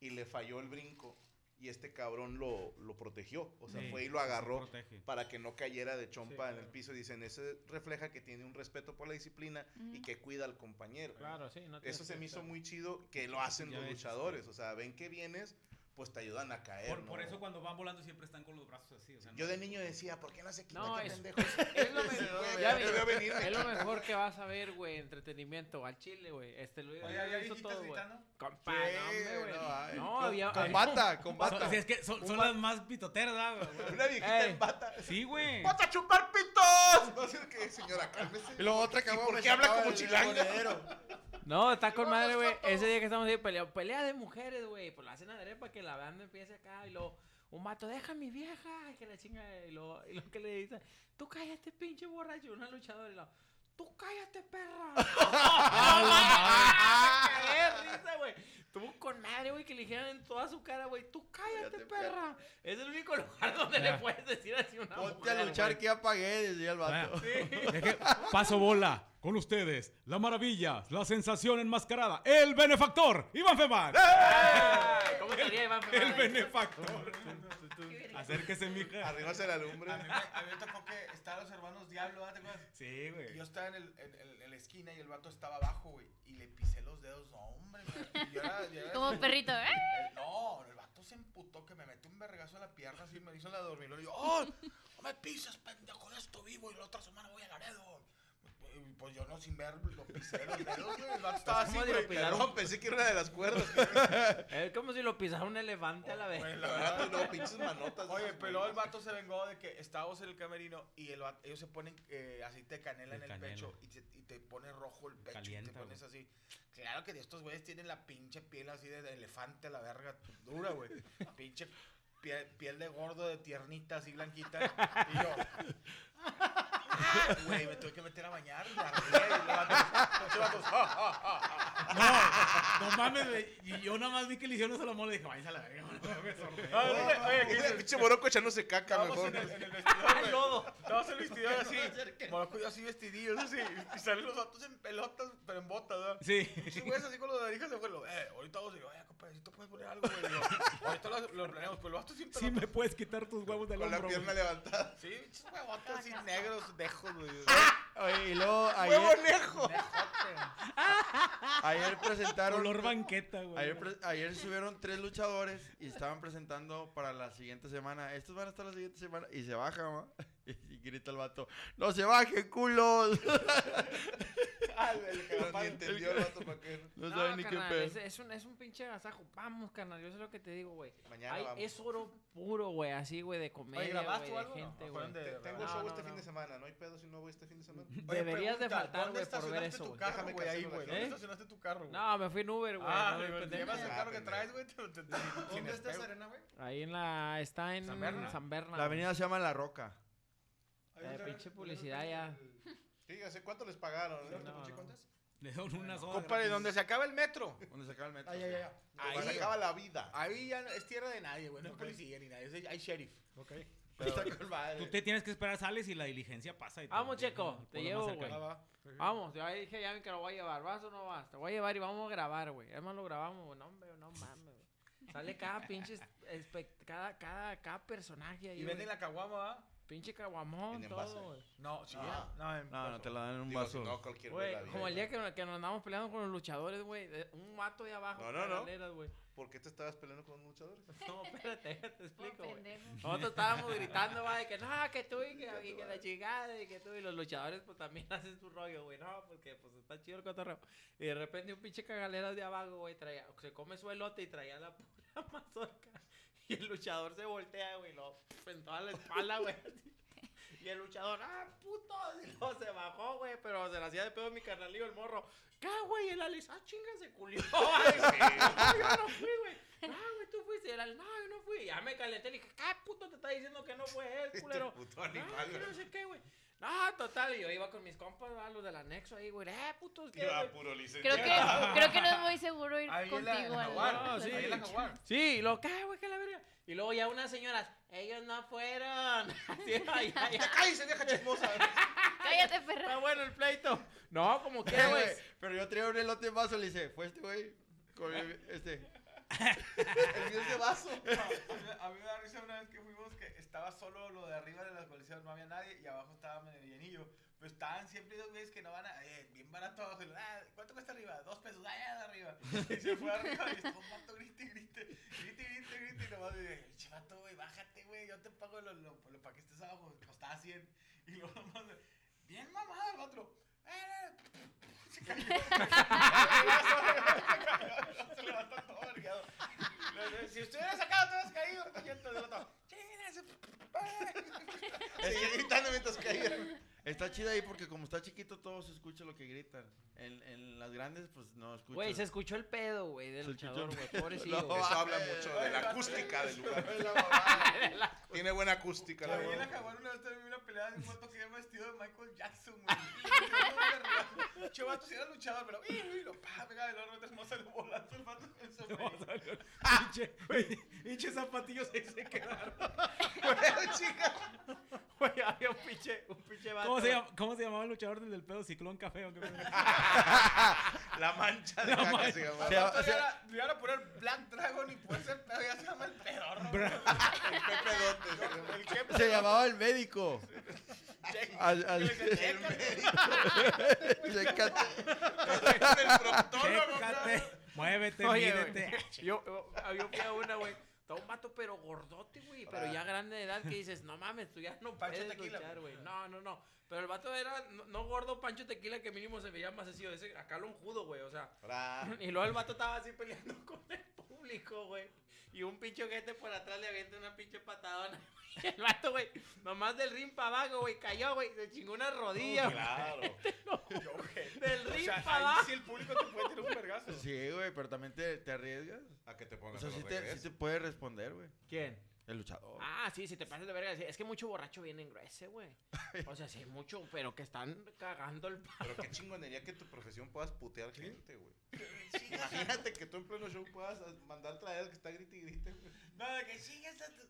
Speaker 1: y le falló el brinco y este cabrón lo, lo protegió, o sea,
Speaker 8: Sí,
Speaker 1: fue y
Speaker 8: sí,
Speaker 1: lo
Speaker 8: sí,
Speaker 1: agarró
Speaker 2: Eh,
Speaker 8: protege.
Speaker 1: para que no cayera de chompa
Speaker 8: Sí,
Speaker 1: en el
Speaker 8: claro.
Speaker 1: piso. Dicen, ese refleja que tiene un respeto por la disciplina y
Speaker 5: Ujú.
Speaker 1: que cuida al compañero.
Speaker 3: Claro, sí. No
Speaker 1: Eso
Speaker 3: tienes
Speaker 1: se
Speaker 3: que
Speaker 1: me hizo
Speaker 3: estar-
Speaker 1: muy chido que lo hacen
Speaker 8: Ya
Speaker 1: los
Speaker 8: ves,
Speaker 1: luchadores. O sea, ven que vienes, pues te ayudan a caer.
Speaker 8: Por,
Speaker 1: ¿no?
Speaker 8: por eso cuando van volando siempre están con los brazos así. O sea, no-
Speaker 1: Yo de niño decía, ¿por qué no se quita?
Speaker 3: No,
Speaker 1: ¿Qué
Speaker 3: es-
Speaker 1: pendejo?
Speaker 3: Es lo,
Speaker 1: Sí,
Speaker 3: mejor,
Speaker 1: güey,
Speaker 3: ya
Speaker 1: yo te
Speaker 3: ves,
Speaker 1: veo venir, me
Speaker 3: es lo
Speaker 1: quita.
Speaker 3: mejor que vas a ver, güey, entretenimiento, al chile, güey. Este Luis
Speaker 2: Oye, ¿había
Speaker 3: hizo
Speaker 2: viejitas
Speaker 3: todo, güey.
Speaker 2: gritando?
Speaker 3: Compa, no, hombre, güey.
Speaker 6: ay,
Speaker 3: No,
Speaker 6: con-
Speaker 3: había- eh,
Speaker 6: con
Speaker 3: había-
Speaker 6: bata, con
Speaker 8: Son-
Speaker 6: bata.
Speaker 8: si es que son, son las más pitoteras, ¿verdad, güey.
Speaker 1: Una viejita
Speaker 3: Ey.
Speaker 1: en bata.
Speaker 8: Sí, güey.
Speaker 1: ¡Vas a chupar pitos! No sé qué, señora, cálmese.
Speaker 6: Y luego otra
Speaker 1: ¿Y
Speaker 6: cabrón.
Speaker 1: por qué habla como chilanga?
Speaker 3: No, está con madre, güey. Ese día que estamos ahí peleando, pelea de mujeres, güey. Pues la hacen a derecha para que la banda empiece acá y luego. Un vato, deja a mi vieja, y que la chinga, y lo, y lo que le dicen, tú cállate, pinche borracho, una luchadora, y lo, tú cállate, perra. ¡Qué risa, güey! Tuvo con madre, güey, que le dijeron en toda su cara, güey, tú cállate,
Speaker 6: Cállate,
Speaker 3: perra. Es el único lugar donde le puedes decir así a una
Speaker 8: pues,
Speaker 6: Ponte
Speaker 3: mujer,
Speaker 6: a luchar
Speaker 3: güey.
Speaker 6: que ya pagué, decía el
Speaker 8: Ah,
Speaker 6: vato.
Speaker 8: Paso bola. Con ustedes, la maravilla, la sensación enmascarada, el benefactor, Iván Feman.
Speaker 6: ¡Eh!
Speaker 3: Ay, Ah, ¿Cómo sería, Iván?
Speaker 8: El
Speaker 3: Fernández?
Speaker 8: benefactor. Acérquese, mija.
Speaker 1: Arrímase la lumbre.
Speaker 2: A mí, me, a mí me tocó que estaban los hermanos Diablo, ¿ah, ¿te acuerdas?
Speaker 8: Sí,
Speaker 2: Y
Speaker 8: güey.
Speaker 2: Yo estaba en, el, en, en- en la esquina y el vato estaba abajo, güey. Y le pisé los dedos, no, hombre, güey. Y yo era- yo era-
Speaker 5: Como perrito, ¿eh?
Speaker 2: el- no, el vato se emputó que me metió un vergazo en la pierna así, me hizo la dormilona. Y yo, ¡oh! ¡No me pisas, pendejo! De esto vivo y la otra semana voy a Laredo. Y Pues yo no, sin ver, lo pisé los dedos, güey. El vato estaba
Speaker 3: Es
Speaker 2: así,
Speaker 3: como de
Speaker 2: güey.
Speaker 3: opinar.
Speaker 1: Perdón, pensé que era una de las cuerdas.
Speaker 3: Es como si lo pisara un elefante a la vez.
Speaker 2: Güey, la
Speaker 1: La verdad,
Speaker 2: verdad,
Speaker 1: no, pinches manotas.
Speaker 2: Oye,
Speaker 1: esas,
Speaker 2: pero luego el
Speaker 1: güey.
Speaker 2: vato se vengó de que estábamos en el camerino y el vato- ellos se ponen eh, aceite de canela
Speaker 8: De
Speaker 2: en el
Speaker 8: canela.
Speaker 2: pecho y te, y te pone rojo el pecho y
Speaker 8: Calienta,
Speaker 2: te
Speaker 8: güey.
Speaker 2: pones así. Claro que estos güeyes tienen la pinche piel así de, de elefante, la verga dura, güey. Pinche pie- piel de gordo, de tiernita, así blanquita. Y yo... "Ah", Güey, me tuve que meter a bañar. Me arreglé, y los vatos- los vatos, "Ah, ah, ah".
Speaker 8: No, no mames, güey. Y yo nada más vi que le hicieron eso a la mola y dije, váyanse a la verga, no me sorprendo.
Speaker 2: Oye, ¿qué
Speaker 1: Oye,
Speaker 2: dices?
Speaker 1: el pinche moroco echándose caca
Speaker 2: Estábamos
Speaker 1: mejor.
Speaker 2: en el, en el vestidor, güey.
Speaker 3: lodo.
Speaker 2: Estabas en el vestidor así. Moroco yo así vestidillo, así. Y salen los vatos en pelotas, pero en botas, ¿verdad?
Speaker 8: Sí.
Speaker 2: Sí, güey, así con los de Arija se fue. Lo, eh, ahorita vamos y yo, eh, compadre, si tú puedes poner algo, güey. Y yo,
Speaker 4: Ahorita lo, lo planeamos, pero los vatos siempre.
Speaker 7: Sí, me puedes quitar tus huevos del
Speaker 1: Con la
Speaker 7: hombro.
Speaker 1: pierna
Speaker 7: güey.
Speaker 1: levantada.
Speaker 4: Sí, pinches huevotes así negros, dejos, güey.
Speaker 6: Oye, y luego ayer,
Speaker 1: ¡Huevo nejo!
Speaker 6: ayer presentaron.
Speaker 7: Color banqueta, güey.
Speaker 6: Ayer, pre- ayer subieron tres luchadores y estaban presentando para la siguiente semana. Estos van a estar la siguiente semana. Y se baja, ¿no? Y, grita el vato: ¡No se bajen, culos!
Speaker 1: Ah, el que no entendió el vato para que.
Speaker 6: No,
Speaker 3: No,
Speaker 6: saben ni qué
Speaker 3: carnal,
Speaker 6: pedo.
Speaker 3: es, es un, es un pinche agasajo. Vamos, carnal, yo sé lo que te digo, güey.
Speaker 1: Mañana
Speaker 3: Ay,
Speaker 1: vamos.
Speaker 3: Es oro puro, güey, así, güey, de comedia,
Speaker 4: ¿grabaste
Speaker 3: güey,
Speaker 4: o
Speaker 3: de
Speaker 4: algo?
Speaker 3: gente,
Speaker 4: No,
Speaker 3: güey.
Speaker 4: fueron de-
Speaker 1: Te- Tengo
Speaker 3: No,
Speaker 1: show
Speaker 3: Ah, no,
Speaker 1: este
Speaker 3: no.
Speaker 1: fin de semana, ¿no hay pedo si no voy este fin de semana?
Speaker 3: Oye, Deberías de
Speaker 4: pregunta,
Speaker 3: faltar,
Speaker 4: ¿dónde
Speaker 3: güey, por ver
Speaker 4: estacionaste
Speaker 3: eso,
Speaker 4: tu
Speaker 3: güey.
Speaker 4: carro,
Speaker 1: Déjame
Speaker 4: güey, ahí,
Speaker 1: casarme
Speaker 4: güey?
Speaker 1: con
Speaker 4: ¿Dónde
Speaker 3: él.
Speaker 4: estacionaste tu carro, güey?
Speaker 3: No, me fui en Uber, güey.
Speaker 4: Ah,
Speaker 3: no,
Speaker 4: güey,
Speaker 3: de
Speaker 4: cuando
Speaker 3: pendejo.
Speaker 4: llevas el
Speaker 1: Ah,
Speaker 4: carro que
Speaker 1: pendejo.
Speaker 4: traes, güey, te lo te- te- sin
Speaker 2: ¿Dónde está
Speaker 4: espejo.
Speaker 2: esa arena, güey?
Speaker 3: Ahí en la... Está en
Speaker 4: ¿San Berna?
Speaker 3: San Berna,
Speaker 6: La
Speaker 3: güey.
Speaker 6: avenida se llama La Roca.
Speaker 2: Hay
Speaker 3: Eh,
Speaker 2: otra-
Speaker 3: pinche
Speaker 2: hay otra
Speaker 3: publicidad
Speaker 2: calle
Speaker 3: ya.
Speaker 2: del-
Speaker 1: Sí, ya sé cuánto les pagaron.
Speaker 2: ¿Norte
Speaker 1: ¿eh?
Speaker 3: no,
Speaker 2: Ponche
Speaker 3: no.
Speaker 2: Contas?
Speaker 7: Le dieron unas horas.
Speaker 4: Compadre, donde se acaba el metro.
Speaker 6: Donde se acaba el
Speaker 4: Ah,
Speaker 6: metro.
Speaker 2: Ay, ay, ay, ay.
Speaker 1: Ahí se
Speaker 4: Ahí-
Speaker 1: acaba la vida.
Speaker 4: Ahí ya no- es tierra de nadie, güey. No hay policía ni nadie. es- Hay sheriff.
Speaker 2: Ok.
Speaker 6: Pero-
Speaker 4: Está con madre.
Speaker 7: Tú te tienes que esperar, sales y la diligencia pasa. Y te-
Speaker 3: Vamos, Checo,
Speaker 7: el
Speaker 3: te
Speaker 7: pueblo
Speaker 3: llevo,
Speaker 7: más cercano.
Speaker 2: Ah,
Speaker 3: güey.
Speaker 2: va.
Speaker 3: Vamos, yo ahí dije, ya ven que lo voy a llevar. ¿Vas o no vas? Te voy a llevar y vamos a grabar, güey. Además lo grabamos, güey. No, hombre, no mames, güey. Sale cada pinche... espect- Cada, cada, cada personaje ahí,
Speaker 4: Y
Speaker 3: güey.
Speaker 4: venden la caguama, ¿va?
Speaker 3: Pinche
Speaker 1: En
Speaker 3: caguamón,
Speaker 1: envase.
Speaker 3: todo, güey.
Speaker 4: No, sí.
Speaker 1: Ah.
Speaker 4: No, en
Speaker 6: No, no,
Speaker 4: vaso.
Speaker 6: te la dan en un
Speaker 1: Digo,
Speaker 6: vaso.
Speaker 1: si no, cualquier
Speaker 3: Güey,
Speaker 1: güey la
Speaker 3: como el
Speaker 1: vida.
Speaker 3: día que, que nos andamos peleando con los luchadores, güey. de- Un mato de abajo.
Speaker 1: No, no,
Speaker 3: en las
Speaker 1: no.
Speaker 3: escaleras, güey.
Speaker 1: ¿Por qué te estabas peleando con los luchadores?
Speaker 3: No, espérate, te
Speaker 5: Por
Speaker 3: explico, güey.
Speaker 5: pendejo.
Speaker 3: Nosotros estábamos gritando, va, de que no, que tú y que, y que la chingada y que tú. Y los luchadores, pues también hacen su rollo, güey. No, porque pues está chido el cotorreo. Y de repente un pinche cagalera de abajo, güey, traía, se come su elote y traía la pura mazorca. Y el luchador se voltea, güey, y lo sentó a la espalda, güey. así. Y el luchador, ah, puto, y luego se bajó, güey, pero se la hacía de pedo mi carnalillo, el morro. ¿Qué, güey? El Alex, ah, chinga, se culió. Ay, no, yo no fui, güey. No, güey, tú fuiste. Y el Alex, no, yo no fui. Ya me calenté, le dije, ¿qué puto te está diciendo que no fue él, culero?
Speaker 1: Este puto animal,
Speaker 3: No, que no
Speaker 1: güey.
Speaker 3: sé qué, güey. No, total, y yo iba con mis compas, ¿verdad? los del anexo ahí, güey. Eh, putos, ¿qué,
Speaker 1: Iba
Speaker 3: güey?
Speaker 1: a puro licencia.
Speaker 5: Creo que, creo que no es muy seguro ir
Speaker 4: Ahí en la- en
Speaker 5: contigo. al-
Speaker 4: Jaguar.
Speaker 3: No, sí.
Speaker 4: Ahí en la Jaguar.
Speaker 3: Sí, y luego, ¿qué, güey? ¿Qué la verga? Y luego ya unas señoras, ellos no fueron. Así, ay, ay, ay.
Speaker 1: ¡Ay, se deja chismosa!
Speaker 5: Cállate, perra.
Speaker 3: Está bueno el pleito. No, como que,
Speaker 6: Eh,
Speaker 3: güey.
Speaker 6: güey, Pero yo traía un elote en vaso y le dice, ¿fue este güey? Con el- este.
Speaker 1: El mío es de vaso.
Speaker 4: A mí me da risa una vez que fuimos que estaba solo lo de arriba de la colección, no había nadie y abajo estaba medio llenillo. Pero estaban siempre dos güeyes que no van a. Eh, bien barato abajo. y, Ah, ¿Cuánto cuesta arriba? Dos pesos. Ah, ya de arriba. Y se fue arriba y estuvo un vato grite, grite, grite, grite, grite. Y nomás me dije, che, vato, güey, bájate, güey. Yo te pago lo, lo, lo para que estés abajo. Costaba 100. Y luego nomás. Bien mamado el otro. Eh, eh, se cayó. Se levantó todo vergueado. Le- le- Si estuvieras sacado, te hubieras caído. Entonces, el otro, "Chinga su p-
Speaker 1: Seguía gritando mientras caía.
Speaker 6: Está chida ahí porque como está chiquito todo se escucha lo que gritan. En, en las grandes pues no escucha.
Speaker 3: Güey, se escuchó el pedo, güey, del
Speaker 6: Se escuchó
Speaker 3: luchador,
Speaker 6: el
Speaker 3: güey.
Speaker 6: pedo.
Speaker 3: Pobrecillo.
Speaker 6: No,
Speaker 4: Oh,
Speaker 3: güey.
Speaker 4: ah,
Speaker 1: Eso habla mucho de la acústica del lugar. Tiene buena acústica la
Speaker 4: Ahí en la
Speaker 1: verdad.
Speaker 4: Jaguar una vez también vi una pelea de un vato que iba vestido de Michael Jackson, güey. Che, vato, si era luchador, pero... Y lo pa, pegaba el horno, te hermosa, lo volando el vato con el sombrero.
Speaker 7: Pinche, güey, pinche zapatillos ahí se quedaron.
Speaker 3: Güey, había un pinche, un pinche vato.
Speaker 7: ¿Cómo se,
Speaker 3: güey.
Speaker 7: llama- cómo se llamaba el luchador del del pedo? Ciclón Café. o qué pedo?
Speaker 1: La mancha de caca se llama.
Speaker 6: Se-
Speaker 4: Vato,
Speaker 6: se-
Speaker 4: le iban a- le iban a poner Black Dragon y puede ser pedo, ya se llama el pedorro.
Speaker 1: El Pepe Dote. se llama.
Speaker 4: El que
Speaker 6: Se llamaba el médico.
Speaker 4: Che-
Speaker 6: Al- al-
Speaker 4: que le decía, "Chécate".
Speaker 6: pues". Chécate.
Speaker 4: El proctólogo,
Speaker 7: Chécate,
Speaker 4: cabrón.
Speaker 7: muévete,
Speaker 3: Oye,
Speaker 7: mírete.
Speaker 3: Yo, yo, yo fui a una, güey. Estaba un vato, pero gordote, güey. Pero ya grande de edad, que dices, no mames, tú ya no
Speaker 4: Pancho
Speaker 3: puedes
Speaker 4: Tequila,
Speaker 3: luchar,
Speaker 4: güey.
Speaker 3: güey. No, no, no. Pero el vato era, no, no gordo Pancho Tequila, que mínimo se veía más así. Ese, acá lo enjudo, güey. O sea,
Speaker 1: Hola.
Speaker 3: Y luego el vato estaba así peleando con el público, güey. Y un pinche ojete por atrás le avienta una pinche patadona. Y el vato, güey, nomás del ring para abajo, güey, cayó, güey. Se chingó una rodilla, güey.
Speaker 1: Claro.
Speaker 4: Yo, güey.
Speaker 3: Del
Speaker 4: O
Speaker 3: ring
Speaker 4: sea,
Speaker 3: para
Speaker 4: ahí
Speaker 3: abajo.
Speaker 4: sí el público te puede tirar un vergazo.
Speaker 6: Sí, güey, pero también te, te arriesgas.
Speaker 1: A que te
Speaker 6: O
Speaker 1: pongas
Speaker 6: sea,
Speaker 1: a
Speaker 6: sí
Speaker 1: los
Speaker 6: te, sí
Speaker 1: regresos.
Speaker 6: te puede responder, güey.
Speaker 3: ¿Quién?
Speaker 6: El luchador.
Speaker 3: Ah, sí, si te pasas de verga. sí. Es que mucho borracho viene en grueso, güey. O sea, sí, mucho, pero que están cagando el palo.
Speaker 1: Pero qué chingonería que en tu profesión puedas putear gente, güey. Imagínate que tú en pleno show puedas mandar traer al que está grite y grite, güey.
Speaker 4: No, de que sigas a tu...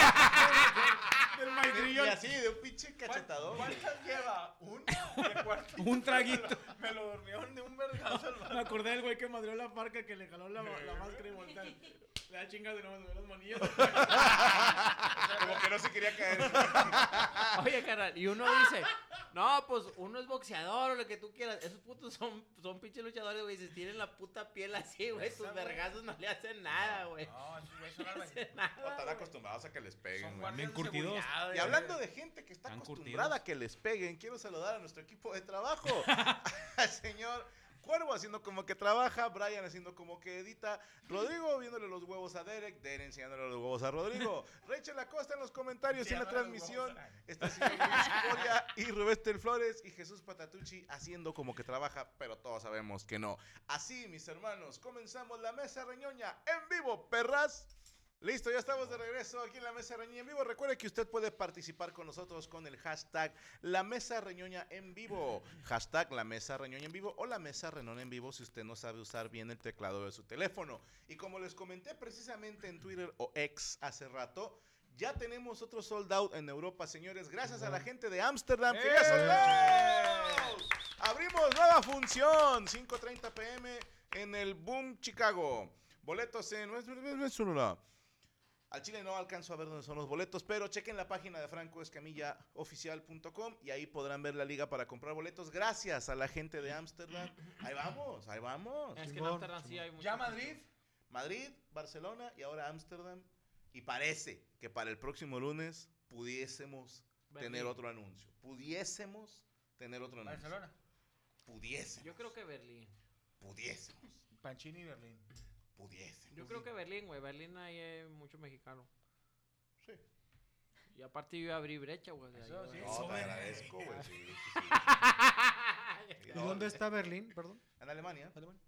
Speaker 1: Y así, de un pinche cachetador. güey.
Speaker 4: ¿Cuántas lleva? ¿Uno? ¿De cuartito?
Speaker 7: Un traguito.
Speaker 4: Me lo durmieron de un vergazo. al vato.
Speaker 7: Me acordé del güey que madrió la parca que le jaló la, la máscara y volteó.
Speaker 3: Le da chingas de nuevo los monillos.
Speaker 1: Como que no se quería caer.
Speaker 3: Ah, Oye, carnal, y uno dice, no, pues uno es boxeador o lo que tú quieras. Esos putos son, son pinches luchadores, güey. Se tienen la puta piel así, güey. Sus vergazos no le hacen nada, güey.
Speaker 4: No, esos güeyes son albañiles.
Speaker 1: O están acostumbrados a que les peguen. güey.
Speaker 4: guardias de
Speaker 7: curtidos.
Speaker 4: seguridad,
Speaker 1: Y
Speaker 4: güey.
Speaker 1: hablando de gente que está
Speaker 7: Están
Speaker 1: acostumbrada
Speaker 7: curtidos.
Speaker 1: a que les peguen, quiero saludar a nuestro equipo de trabajo. al señor Cuervo haciendo como que trabaja, Brian haciendo como que edita, Rodrigo viéndole los huevos a Derek, Derek enseñándole los huevos a Rodrigo, Rachel Acosta en los comentarios y en la
Speaker 4: Enseñándole los
Speaker 1: transmisión,
Speaker 4: huevos
Speaker 1: está haciendo Coria y Rubén Flores y Jesús Patatucci haciendo como que trabaja, pero todos sabemos que no. Así, mis hermanos, comenzamos la mesa reñoña en vivo, perras. Listo, ya estamos de regreso aquí en la Mesa Reñoña en vivo. Recuerde que usted puede participar con nosotros con el hashtag La Mesa Reñoña en vivo. Hashtag La Mesa Reñoña en vivo o La Mesa Renona en vivo si usted no sabe usar bien el teclado de su teléfono. Y como les comenté precisamente en Twitter o ex hace rato, ya tenemos otro sold out en Europa, señores. Gracias a la gente de Ámsterdam que ya sold out. Abrimos nueva función, 5.30 pm en el Boom Chicago. Boletos en... Al Chile no alcanzo a ver dónde son los boletos, pero chequen la página de francoescamillaoficial.com y ahí podrán ver la liga para comprar boletos. Gracias a la gente de Ámsterdam. Ahí vamos, ahí vamos.
Speaker 3: Es que en
Speaker 2: Chingón,
Speaker 3: Amsterdam sí hay mucho.
Speaker 4: Ya Madrid,
Speaker 1: Madrid, Barcelona y ahora Ámsterdam. Y parece que para el próximo lunes pudiésemos
Speaker 3: Berlín.
Speaker 1: tener otro anuncio. Pudiésemos tener otro anuncio.
Speaker 4: Barcelona.
Speaker 1: Pudiésemos.
Speaker 3: Yo creo que Berlín.
Speaker 1: Pudiésemos.
Speaker 4: Panchini y Berlín.
Speaker 1: Pudiésemos.
Speaker 3: Yo creo que Berlín, güey. Berlín ahí hay mucho mexicano.
Speaker 1: Sí.
Speaker 3: Y aparte yo abrí brecha, güey. de ahí,
Speaker 4: Eso
Speaker 3: güey.
Speaker 4: sí.
Speaker 1: No, te
Speaker 4: Sobre-
Speaker 1: agradezco, güey. sí, sí, sí.
Speaker 2: ¿Y dónde está Berlín? Perdón.
Speaker 1: En Alemania.
Speaker 2: Alemania.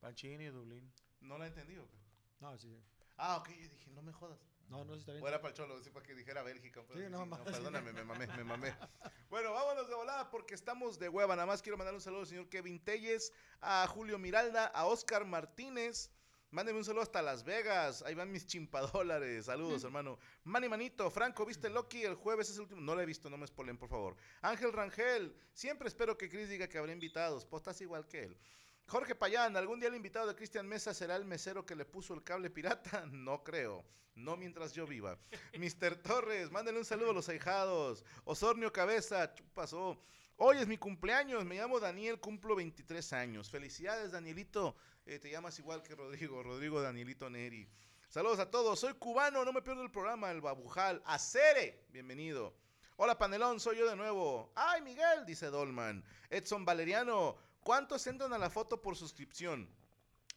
Speaker 4: Panchini y Dublín.
Speaker 1: No la entendí, ¿o qué?
Speaker 2: No, sí. sí.
Speaker 1: Ah, ok, yo dije, no me jodas.
Speaker 2: No, no, sí está bien.
Speaker 1: O era para el cholo, sí, para que dijera Bélgica. pues. pero
Speaker 2: Sí,
Speaker 1: sí,
Speaker 2: no,
Speaker 1: no,
Speaker 2: más.
Speaker 1: perdóname, me mamé, me mamé. Bueno, vámonos de volada porque estamos de hueva. Nada más quiero mandar un saludo al señor Kevin Telles, a Julio Miralda, a Oscar Martínez. Mándenme un saludo hasta Las Vegas. Ahí van mis chimpadólares. Saludos,
Speaker 2: Mm.
Speaker 1: hermano. Mani Manito, Franco, ¿viste Loki? El jueves es el último. No lo he visto, no me spoilen, por favor. Ángel Rangel, siempre espero que Chris diga que habrá invitados. Pues estás igual que él. Jorge Payán, ¿algún día el invitado de Cristian Mesa será el mesero que le puso el cable pirata? No creo. No mientras yo viva. Mr. Torres, mándenle un saludo a los ahijados. Osornio Cabeza, ¿qué pasó? Hoy es mi cumpleaños, me llamo Daniel, cumplo 23 años. Felicidades, Danielito. Eh, te llamas igual que Rodrigo, Rodrigo Danielito Neri. Saludos a todos, soy cubano, no me pierdo el programa, el Babujal. Acere, bienvenido. Hola, panelón, soy yo de nuevo. ¡Ay, Miguel! dice Dolman. Edson Valeriano, ¿cuántos entran a la foto por suscripción?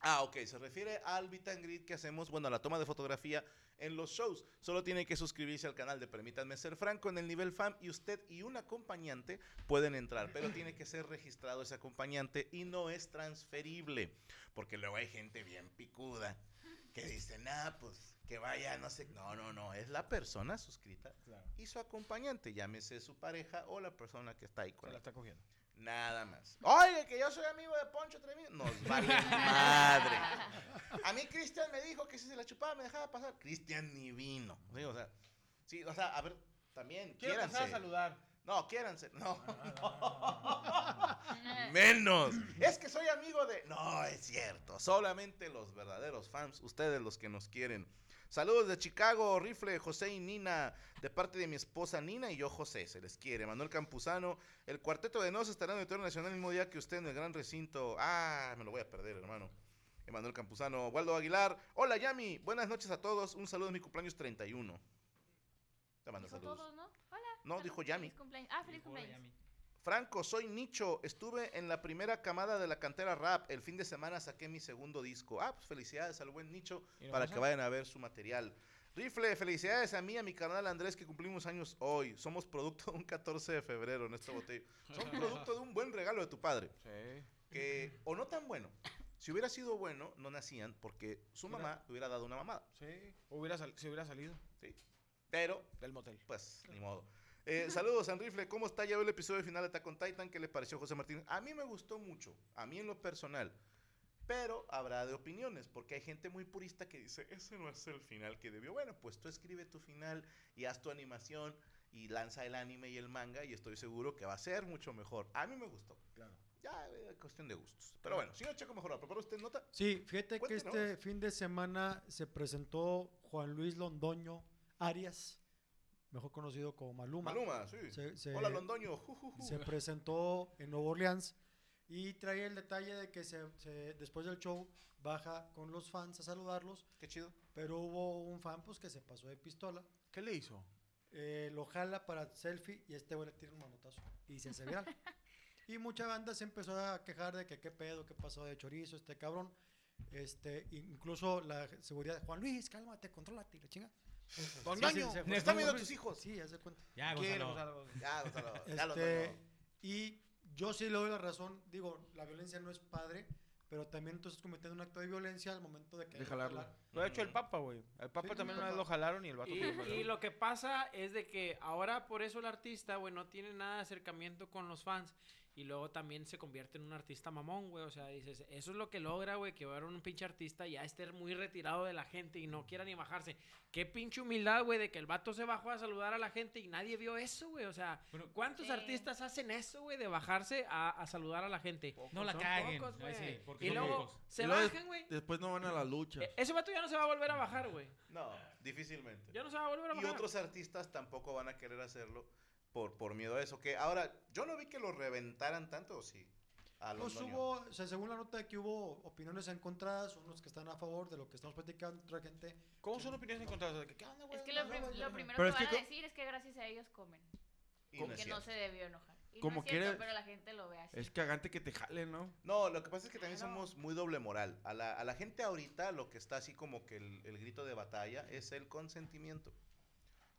Speaker 1: Ah, ok, se refiere al meet and greet que hacemos, bueno, a la toma de fotografía en los shows. Solo tiene que suscribirse al canal de Permítanme Ser Franco en el nivel fan y usted y un acompañante pueden entrar, pero tiene que ser registrado ese acompañante y no es transferible, porque luego hay gente bien picuda que dice, ah, pues que vaya, no sé. No, no, no, es la persona suscrita y su acompañante, llámese su pareja o la persona que está ahí con
Speaker 4: Se
Speaker 1: él.
Speaker 4: la está cogiendo.
Speaker 1: Nada más. Oye, que yo soy amigo de Poncho Treviño. Nos vale madre. A mí Cristian me dijo que si se la chupaba me dejaba pasar. Cristian ni vino. Sí, o sea, sí, o sea, a ver, también
Speaker 4: Quiero pasar a
Speaker 1: quiéranse.
Speaker 4: saludar.
Speaker 1: No, quiéranse. No,
Speaker 5: Ah,
Speaker 1: menos. Es que soy amigo de... No, es cierto. Solamente los verdaderos fans, ustedes los que nos quieren. Saludos de Chicago, Rifle, José y Nina, de parte de mi esposa Nina y yo José, se les quiere. Manuel Campuzano, el cuarteto de Nos estará en el Auditorio Nacional el mismo día que usted en el gran recinto. Ah, me lo voy a perder, hermano. Emanuel Campuzano, Waldo Aguilar. Hola, Yami. Buenas noches a todos. Un saludo en mi cumpleaños 31. Te mando
Speaker 5: Dijo
Speaker 1: saludos.
Speaker 5: todos, ¿no? Hola.
Speaker 1: No,
Speaker 5: Hola,
Speaker 1: dijo
Speaker 5: feliz
Speaker 1: Yami.
Speaker 5: cumpleaños. Ah, feliz cumpleaños.
Speaker 1: Franco, soy Nicho. Estuve en la primera camada de la cantera rap. El fin de semana saqué mi segundo disco. Ah, pues felicidades al buen Nicho para que vayan a ver su material. Rifle, felicidades a mí y a mi carnal Andrés que cumplimos años hoy. Somos producto de un 14 de febrero en esta botella. Son producto de un buen regalo de tu padre.
Speaker 4: Sí.
Speaker 1: Que, o no tan bueno. Si hubiera sido bueno, no nacían porque su mamá hubiera dado una mamada.
Speaker 4: Sí. Hubiera sal- si hubiera salido
Speaker 1: ¿sí? Pero
Speaker 4: del motel.
Speaker 1: pues, ni modo. Eh, saludos, Sanrifle. ¿Cómo está? Ya veo el episodio final de Attack on Titan. ¿Qué le pareció José Martínez? A mí me gustó mucho, a mí en lo personal. Pero habrá de opiniones, porque hay gente muy purista que dice, ese no es el final que debió. Bueno, pues tú escribe tu final y haz tu animación y lanza el anime y el manga y estoy seguro que va a ser mucho mejor. A mí me gustó.
Speaker 4: Claro.
Speaker 1: Ya, eh, cuestión de gustos. Pero bueno, señor Checo Mejorado, ¿preparó usted nota?
Speaker 2: Sí, fíjate que
Speaker 1: Cuéntenos.
Speaker 2: este fin de semana se presentó Juan Luis Londoño Arias, mejor conocido como Maluma.
Speaker 1: Maluma, sí.
Speaker 2: Se- se-
Speaker 1: Hola, Londoño. ju, ju, ju.
Speaker 2: Se presentó en Nueva Orleans y trae el detalle de que se- se- después del show baja con los fans a saludarlos,
Speaker 1: Qué chido.
Speaker 2: pero hubo un fan pues, que se pasó de pistola.
Speaker 6: ¿Qué le hizo?
Speaker 2: eh, lo jala para selfie y este güey le tira un manotazo y se hace viral. y mucha banda se empezó a quejar de que qué pedo, qué pasó de chorizo este cabrón. Este, incluso la seguridad, Juan Luis, cálmate, contrólate, y la chinga.
Speaker 1: Don
Speaker 2: Sí, sí,
Speaker 1: Doño,
Speaker 2: se fue.
Speaker 1: me están viendo tus hijos.
Speaker 2: Sí, haz de cuenta.
Speaker 7: Ya,
Speaker 3: Quiero,
Speaker 7: Gonzalo.
Speaker 3: Gonzalo.
Speaker 1: Ya, Gonzalo. Ya,
Speaker 2: Este,
Speaker 1: Londoño.
Speaker 2: y yo sí le doy la razón, digo, la violencia no es padre, pero también tú estás cometiendo un acto de violencia al momento de que...
Speaker 6: De jalarlo.
Speaker 4: Lo ha hecho
Speaker 1: Mm.
Speaker 4: el Papa, güey. Al Papa
Speaker 2: Sí,
Speaker 4: también
Speaker 2: el
Speaker 4: una vez
Speaker 2: Papa.
Speaker 4: lo jalaron y el vato
Speaker 3: Y,
Speaker 4: también lo
Speaker 3: y
Speaker 4: jalaron.
Speaker 3: lo que pasa es de que ahora por eso el artista, güey, no tiene nada de acercamiento con los fans. Y luego también se convierte en un artista mamón, güey. O sea, dices, eso es lo que logra, güey, que ahora un pinche artista ya esté muy retirado de la gente y no quiera ni bajarse. Qué pinche humildad, güey, de que el vato se bajó a saludar a la gente y nadie vio eso, güey. O sea,
Speaker 7: Bueno,
Speaker 3: ¿cuántos
Speaker 5: Sí.
Speaker 3: artistas hacen eso, güey, de bajarse a, a saludar a la gente?
Speaker 7: No la
Speaker 3: Son
Speaker 7: caguen.
Speaker 3: pocos,
Speaker 7: Ahí sí,
Speaker 3: güey.
Speaker 7: porque
Speaker 3: y
Speaker 7: son
Speaker 3: luego
Speaker 7: pocos.
Speaker 3: se
Speaker 6: Y luego
Speaker 3: bajan, güey.
Speaker 6: Después no van a las luchas.
Speaker 3: E- Ese vato ya no se va a volver a bajar, güey.
Speaker 1: No, difícilmente.
Speaker 3: Ya no se va a volver a
Speaker 1: Y
Speaker 3: bajar.
Speaker 1: otros artistas tampoco van a querer hacerlo por, por miedo a eso. Que ahora, yo no vi que lo reventaran tanto, ¿o sí? A
Speaker 2: Pues
Speaker 1: Londoño.
Speaker 2: hubo, o sea, según la nota que hubo opiniones encontradas, unos que están a favor de lo que estamos platicando, otra gente
Speaker 4: ¿Cómo son opiniones encontradas? O sea, ¿Qué onda, güey?
Speaker 5: Es que lo,
Speaker 4: No,
Speaker 5: prim-
Speaker 4: no,
Speaker 5: lo
Speaker 4: no.
Speaker 5: primero
Speaker 6: Pero
Speaker 5: que
Speaker 6: es que
Speaker 5: van a
Speaker 6: co-
Speaker 5: decir es que gracias a ellos comen.
Speaker 1: Y no, es
Speaker 5: que no
Speaker 1: cierto.
Speaker 5: se debió enojar. Y
Speaker 6: Como
Speaker 5: no es cierto,
Speaker 6: quiere-
Speaker 5: pero la gente lo ve así.
Speaker 6: Es cagante que te jalen, ¿no?
Speaker 1: No, lo que pasa es que también
Speaker 5: Claro.
Speaker 1: somos muy doble moral. A la, a la gente ahorita lo que está así como que el, el grito de batalla es el consentimiento.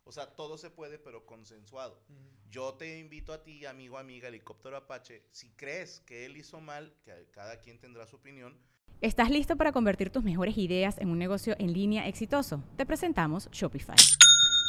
Speaker 1: O sea, todo se puede, pero consensuado. Yo te invito a ti, amigo, amiga, helicóptero Apache, si crees que él hizo mal, que cada quien tendrá su opinión,
Speaker 9: ¿Estás listo para convertir tus mejores ideas en un negocio en línea exitoso? Te presentamos Shopify.